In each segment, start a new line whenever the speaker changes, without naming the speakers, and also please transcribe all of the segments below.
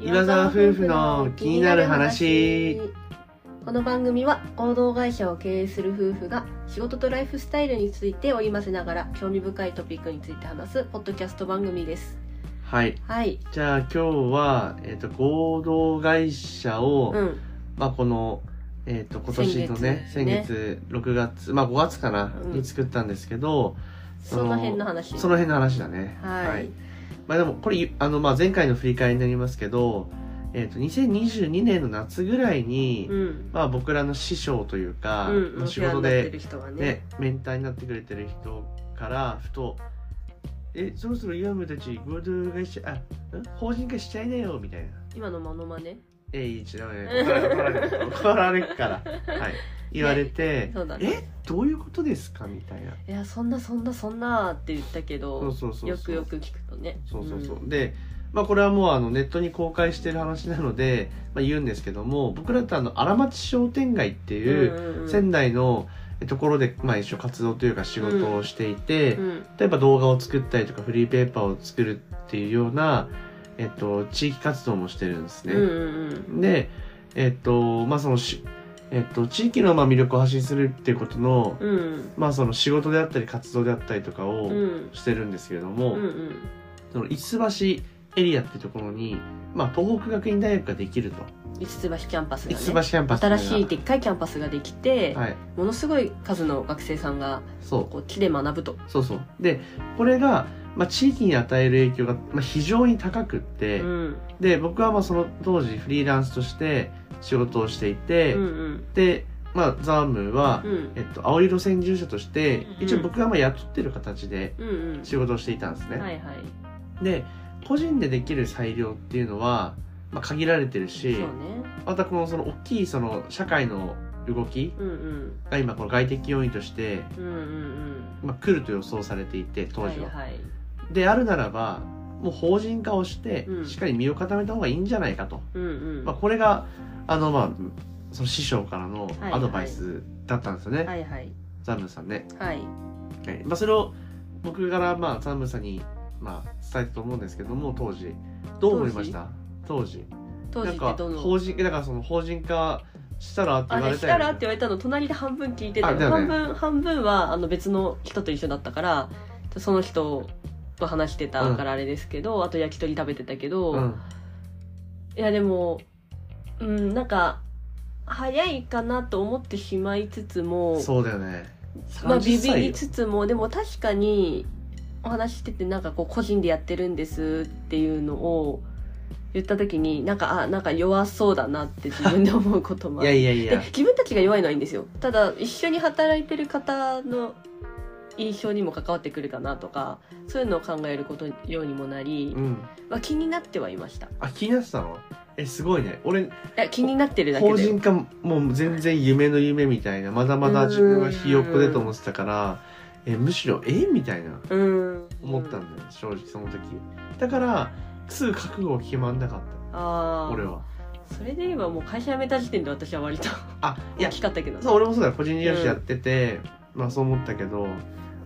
岩沢夫婦の気になる話
この番組は合同会社を経営する夫婦が仕事とライフスタイルについて織り交ぜながら興味深いトピックについて話すポッドキャスト番組です
はい
はい
じゃあ今日は、えっと合同会社を、
うん
まあ、この、えっと今年のね先
先月
月6月、まあ、5月かな、
うん
に作ったんですけど
その辺の話
その辺の話だね
はい、
まあ、でもこれあの、まあ、前回の振り返りになりますけど、えっと2022年の夏ぐらいに、
うん
まあ、僕らの師匠というか、
うん
まあ仕
お世話
事
になって
で
る人はね
ね、メンターになってくれてる人からふと「えそろそろ岩村たち合同会社あん法人化しちゃいなよ」みたいな
今のモノマネ
「えい いちなみに怒られ怒られる怒られるから」はい、言われて
そうだ
「
ね
えどういうことですか?」みたいない
やそんなそんなそんなって言ったけ
そ
ど
うそうそうそう
よくよく聞くとね
そうそうそう、で、まあ、これはもうあのネットに公開してる話なので、まあ、言うんですけども僕らってあの荒町商店街って
うん
いう
うんうん
仙台のえところで、まあ、一緒活動というか仕事をしていて、
うん
例えば動画を作ったりとかフリーペーパーを作るっていうような、えっと、地域活動もしてるんです
うん
ね。
うん
で、えっと、まあそのし、えっと、地域のまあ魅力を発信するっていうことの、
うんうん
まあその仕事であったり活動であったりとか
う
を
ん
してるんですけれど
う
も、
んうん
その五つ橋エリアってところに、まあ東北学院大学ができると。
五つ橋キャンパス
五つ橋
が
キ
ね
ャンパスってうの
新
が
しいでっかいキャンパスができて、
はい。
ものすごい数の学生さんが
そう。
こう木で学ぶと、
そうそう。で、これが、まあ、地域に与える影響が、まあ、非常に高くって、
うん
で僕はまあその当時フリーランスとして仕事をしていて、
うんうん
で、まあ、ザームは
う、ん
えっと、青色専従者として
うん
一応僕がまあ雇ってる形で
うんうん
仕事をしていたんですね、
はいはい
で個人でできる裁量っていうのは、まあ、限られてる
そう
し、
ね
またこのその大きいその社会の動き
うんうん
が今この外的要因として、
うんうん
まあ、来ると予想されていて
うん
当時は、
はいはい
であるならばもう法人化をして
うん
しっかり身を固めた方がいいんじゃないかと、
うんうん
まあ、これがあのまあその師匠からのアドバイスだったんですよね、
はいはい
ザムさんね、
はい
はいまあ、それを僕からまあザムさんにまあ伝えたと思うんですけども当時どう思いました当時
当時って
なんか
どの
法人だからその法人化したらって
あ
言わ
れ
れ
したた
よ
らって
ね
言われたの隣で半分聞いてた
あ
よ
だよね
半分半分はあの別の人と一緒だったからその人と話してたからあれですけど、あと焼き鳥食べてたけど、
うん
いやでもうんなんか早いかなと思ってしまいつつも、
そうだよね
まあ、
30
ビビ
歳
りつつもでも確かにお話ししててなんかこう個人でやってるんですっていうのを言った時になんかあなんか弱そうだなって自分で思うこともあ
いや
る
いやい
で
や
自分たちが弱いのはいいんですよただ一緒に働いてる方の印象にも関わってくるかなとかそういうのを考えることようにもなり
う、ん
まあ、気になってはいましたい
あ気になってたのえすごいね俺
や気になってるだけで
法人化もう全然夢の夢みたいなまだまだ自分はひよっこでと思ってたからえむしろえみたいな
うん
思ったんだよ、正直その時だからすぐ覚悟を決まんなかっ
あ
た
あ
俺は
それで言えばもう会社辞めた時点で私は割と
あいや
大きかったけど
そう俺もそうだよ個人事業主やってて、まあそう思ったけど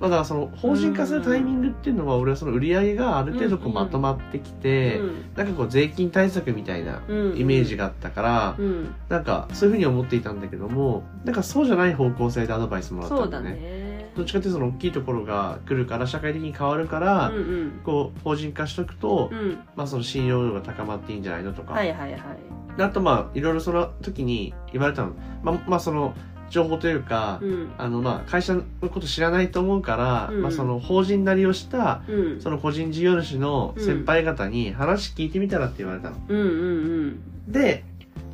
まあだからその法人化するタイミングっていうのは俺はその売り上げがある程度こう
うん
まとまってきて、なんかこう税金対策みたいなイメージ
が
があったから、
うん
なんかそういうふうに思っていたんだけどもなんかそうじゃない方向性でアドバイスもらった
そうん
だ
だ
よね
ね
どっちかっていうとその大きいところが来るから社会的に変わるか
うん
ら、
うん
こう法人化しとくと、
うん
まあその信用度が高まっていいんじゃないのとか、
はいはいはい
であとまあいろいろその時に言われたのまあまあその情報というか、
うん
あのまあ会社のこと知らないと思うから、
うん
まあその法人なりをした
うん
その個人事業主の先輩方に話聞いてみたらって言われたの。
うんうんうん
で、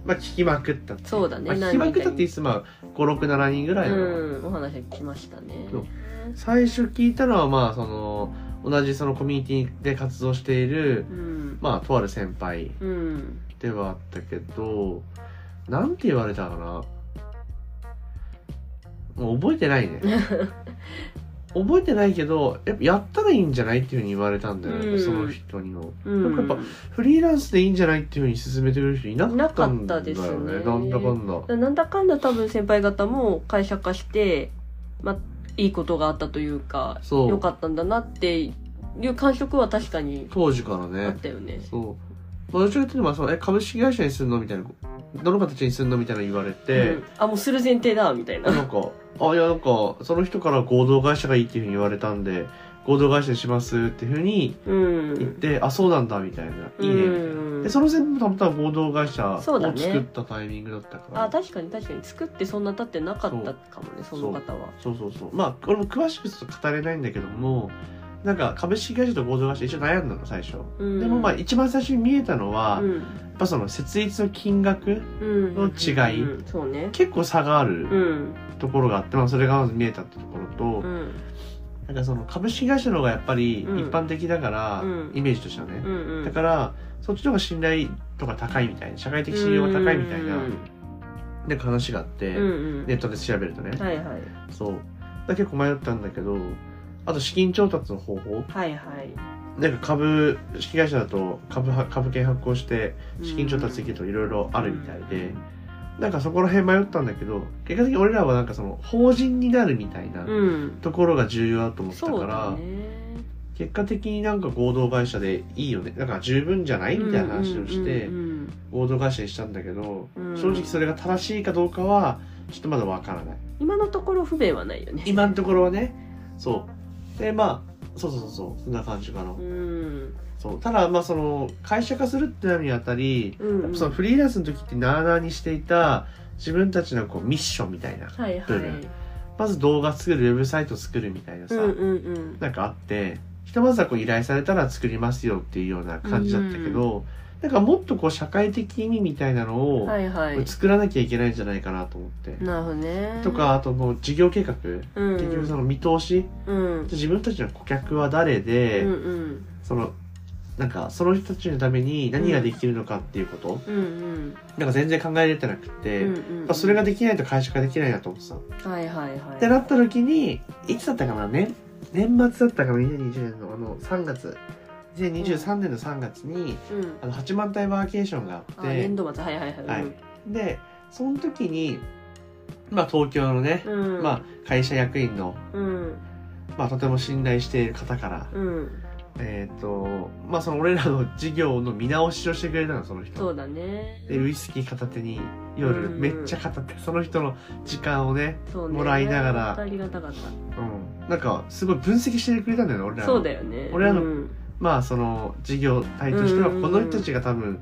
まあ聞きまくったって。
そうだね
まあ、聞きまくったって言ってまあ5、6、7人ぐらいなの。
うんお話が来ましたね
そう最初聞いたのはまあその同じそのコミュニティで活動している
うん
まあとある先輩
うん
ではあったけどなんて言われたかなもう覚えてな いね覚えてないけどやっぱやったらいいんじゃないっていうふうに言われたんだよ、
うん
その人にも
うん
なんかやっフリーランスでいいんじゃないっていうふうに勧めてくれる人いなかったんだよね
いなかったですね
なんだかんだ
なんだかんだ多分先輩方も会社化して、まあ、いいことがあったというか
そう
良かったんだなっていう感触は確かに
当時から
あっ
ね
たよね。
そうまあ、どちらかというとまあそのえ株式会社にするのみたいなどの形にするのみたいなの言われて、
うんあもうする前提だみたいな
なんかあいやなんかその人から合同会社がいいっていうふうに言われたんで合同会社にしますっていうふうに
う
言っ
ん
て、あそうなんだみたいないいねみたいな
うん
でその全部たまたま合同会社を
そうだね
作ったタイミングだったから
あ確かに確かに作ってそんな経ってなかったかもねその方は
そうそうそうまあ俺も詳しくちょっと語れないんだけどもなんか株式会社と合同会社一応悩んだの最初、
うん
でもまあ一番最初に見えたのは、
う
や
ん
っぱその設立の金額
うん
の違い
うんそうね
結構差があ
う
る
ん
ところがあって、まあ、それがまず見えたってところ
う
と、
ん
なんかその株式会社の方がやっぱり一
うん
般的だから、
うん
イメージとしてはね
う、んうん
だからそっちの方が信頼とか高いみたいな社会的信用が高いみたいな、
うん
なんか話があって、
うんうん
ネットで調べるとね、
はいはい
そうだから結構迷ったんだけどあと資金調達の方法
はいはい
なんか株式会社だと株は株券発行して資金調達できるといろいろあるみたいで、なんかそこら辺迷ったんだけど結果的に俺らはなんかその法人になるみたいな
うん
ところが重要だと思ったか
そう
ら、
だね
結果的になんか合同会社でいいよねなんか十分じゃないみたいな話をして、
うん
合同会社にしたんだけど、
うんうんうん
正直それが正しいかどうかはちょっとまだわからない
今のところ不便はないよね
今のところはねそうでまあそうそうそうそうそんな感じかな、
うん
そうただまあその会社化するってなるにあたり、
うんうん
そのフリーランスの時ってなあなあにしていた自分たちのこうミッションみたいな
はいはい
部分まず動画作るウェブサイト作るみたいな
う
さ、
んうんうん
なんかあってひとまずはこう依頼されたら作りますよっていうような感じだったけど、なんかもっとこう社会的意味みたいなのを
はいはい
作らなきゃいけないんじゃないかなと思って、
なるほどね
とかあともう事業計画、
うん
結局その見通し
うん
自分たちの顧客は誰で、
うんうん
そのなんかその人たちのために何ができるのかっていうこと、
うんうん
なんか全然考えれてなく
う
て、
ん
やっ
うん
ぱそれができないと会社ができないなと思ってた、っ
はいはいはい
てなった時にいつだったかな年年末だったかな2020年のあの3月2023年の3月に、
うん
あの8万体ワーケーションがあ
あ
って
年度末はいはいはい
はいでその時にまあ東京のね、
うんうん
まあ、会社役員の、
うん
まあ、とても信頼している方から、
うん
えっ、とまあその俺らの事業の見直しをしてくれたのその人
そうだね
でウイスキー片手に夜
うん
めっちゃ片手その人の時間をね、
そうね
もらいながら
本当ありがたかっ
うん、なんかすごい分析してくれたんだよね俺
た
ら
そ
の
うだよね
俺らの
うん
まあその事業体としては
う
こ
んうんうん
の人たちが多分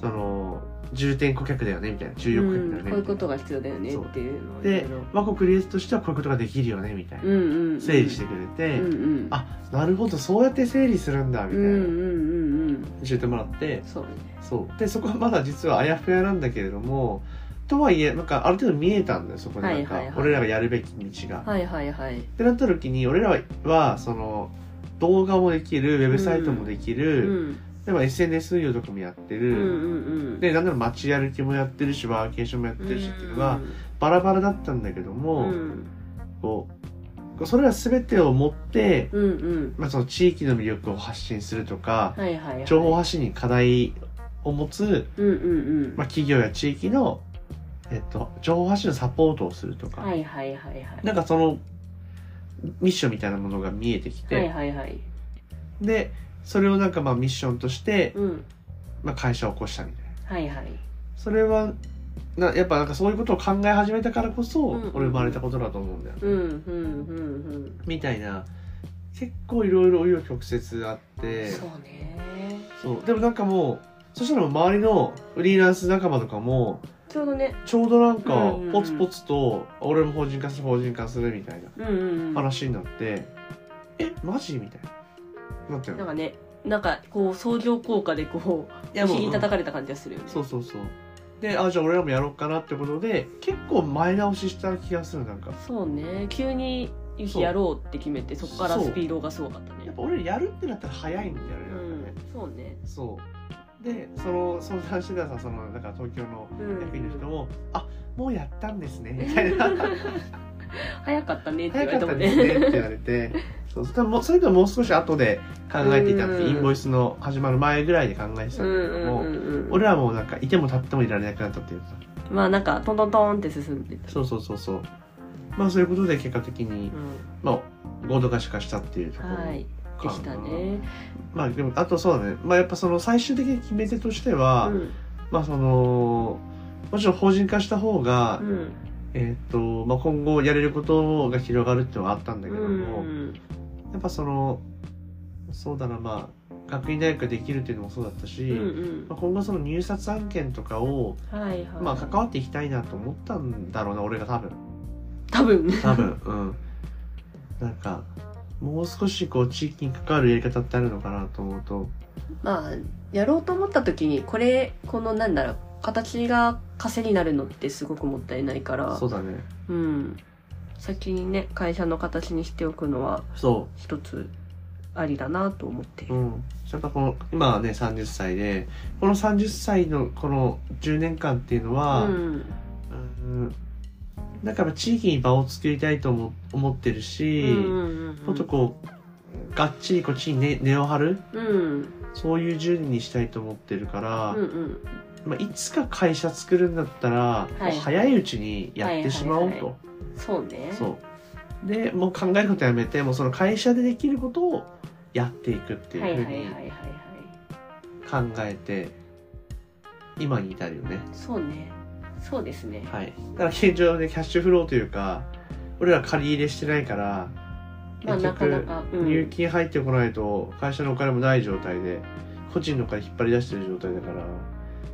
その重点顧客だよねみたいな重要顧客だよねみ
こ
たな、
ういうことが必要だよねっていうのをい
で
ろいろ
和国クリエイトとしてはこういうことができるよねみたいな、
うんうんうん
整理してくれて、
うんうん
あなるほどそうやって整理するんだみ
うんう
たいな、
んうんうん
教えてもらって
そうね
そうでそこはまだ実はあやふやなんだけれどもとはいえなんかある程度見えたんだよそこでなんか、
はいはいはい
俺らがやるべき道が。
はいはいはい
ってなった時に俺らははその動画もできるウェブサイトもでき
うん
る、でも SNS 運用とかもやって
うんうん
る、
うん
でなんなら街歩きもやってるしワーケーションもやってるしっていうの
う
が
ん
バラバラだったんだけど
う
も、
ん
こうそれら全てを持って、
うんうん
まあ、その地域の魅力を発信するとか
はいはいはい
情報発信に課題を持つ
うんうんうん
まあ、企業や地域の、えっと、情報発信のサポートをするとか、
はいはいはいはい
なんかそのミッションみたいなものが見えてきて、
はいはいはい
でそれをなんかまあミッションとして、
うん
まあ、会社を起こしたみたいな
はいはい
それはなやっぱなんかそういうことを考え始めたからこそ、
んうん
俺生まれたことだと思うんだよ、
うんうんうんうん
みたいな結構いろいろ紆余曲折あって
そうね
そうでもなんかもうそしたらもう周りのフリーランス仲間とかも
ちょうどね
ちょうどなんか
うんうんうん
ポツポツと俺も法人化する法人化するみたいな
うんうんうん
話になって、えマジみたいななったよ
なんかねなんかこう相乗効果でこう
い
お
もう
尻に叩かれた感じがするよね
そうそうそうであじゃあ俺らもやろうかなってことで結構前倒しした気がするなんか
そうね急に雪やろうって決めてそこからスピードがすごかった
や
ね
っぱ俺らやるってなったら早いんだよね
う
なんかね
ん、そうね
そうでその相談してたさそのなんか東京の
うん
役員の人も、あもうやったんですね みたいな
早かったねって言われ
早か
た
っ
もん
たですねって
ね
言われてそうそれもそれとはもう少し後で考えていたんです
うん
インボイスの始まる前ぐらいで考えてたんだけ
う
ど
ん
も、
うんうんうん
俺らもなんかいても立ってもいられなくなったっていうか
まあなんかトントントンって進んでた
そうそうそうそうまあそういうことで結果的に
う、ん
まあ合同化し化したっていうところ
はいでしたね。
まあでもあとそうだねまあやっぱその最終的な決め手としては、
うん
まあそのもちろん法人化した方が、
うん
えーっとまあ、今後やれることが広がるっていうのはあったんだけども、
うん
やっぱそのそうだなまあ学院大学ができるっていうのもそうだったし、
うん
まあ、今後その入札案件とかを、
うんはいはい。
まあ、関わっていきたいなと思ったんだろうな俺が多分
多分。
多分うんなんかもう少しこう地域に関わるやり方ってあるのかなと思うと
まあやろうと思った時にこれこのなんだろう形が枷になるのってすごくもったいないから
そうだね
うん、先にね会社の形にしておくのは
そう
一つありだなと思っていうる。
ん、やっぱこの今はね30歳でこの30歳のこの10年間っていうの
う
は、
ん
うん、なんかやっぱ地域に場を作りたいとも思ってる
うん
し、
うん
もっとこうがっちりこっちに根根を張る
うんうん
そういう10年にしたいと思ってるから、
うんうん
まあ、いつか会社作るんだったら、
はい
もう早いうちにやってしまおうと、
はいはいそうね
そうでもう考えることやめてもうその会社でできることをやっていくって
はいいうはい
ふう
はいはい
に
はい
考えて今に至るよね
そうねそうですね
はいだから現状ねキャッシュフローというか俺ら借り入れしてないから
まあ
結
なか
局
なか、うん、
入金入ってこないと会社のお金もない状態で個人のお金引っ張り出してる状態だから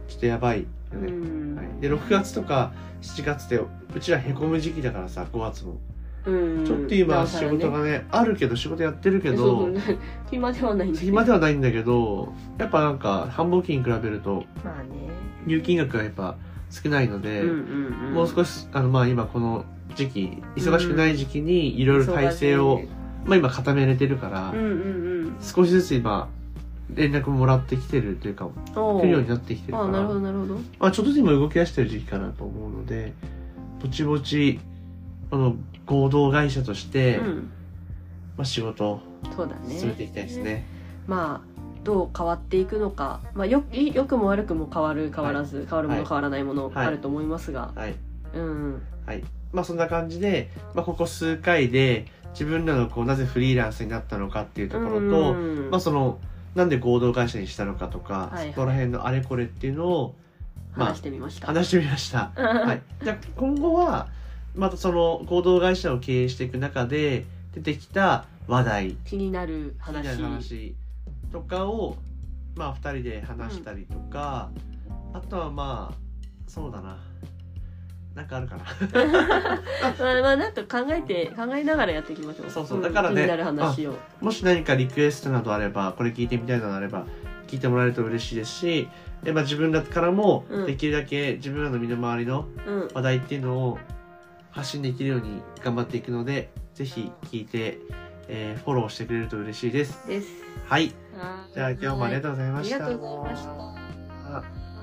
ちょっとやばいよ
う
ね、
ん、
はい、で6月とか7月でうちらへこむ時期だからさ5月も
うん
ちょっと今
だから
仕
ね
事がねあるけど仕事やってるけ
そう
ど
そう暇ではないんだけど
暇ではないんだけどやっぱなんか繁忙期に比べると
まあね
入金額がやっぱ少ないので、も
も
う少しあのまあ今この時期忙しくない時期にいろいろ体制を、まあ、今固めれてるから、
うんうん
少しずつ今連絡もらってきてるというか
うんおう
来るようになってきてるから
あなるほどなるほど
まあ、ちょっとずつ今動き出してる時期かなと思うのでぼちぼちこの合同会社として、
うん
まあ、仕事を
そうだね
進めていきたいですね
まあどう変わっていくのかまあよ良くも悪くも変わる変わらず、変わるも
は
の
い
変わらないもの
はい
あると思いますが、
はい
うん
まあそんな感じで、まあ、ここ数回で自分らのこうなぜフリーランスになったのかっていうところと、
うん
まあ、そのなんで合同会社にしたのかと
は
か、
いはい
そこら辺のあれこれっていうのをまあ
話してみました、
話してみました。はい、じゃあ今後はまたその合同会社を経営していく中で出てきた話題
気になる話
みたいな話とかを、まあ、2人で話したりとか、あとはまあそうだななんかあるかな
まあ、まあ、なんと考えて考えながらやっていきましょう
そうそうんだからね
気になる話を
もし何かリクエストなどあればこれ聞いてみたいなのあれば聞いてもらえると嬉しいですし、えまあ、自分らからも
うん
できるだけ自分らの身の回りの
うん
話題っていうのを発信できるように頑張っていくので、ぜひ聞いて、えーフォローしてくれると嬉しいです。
です
はい。
はーい
じゃあ今日もありがとうござい
あ
ま
り
した。
がとうございました。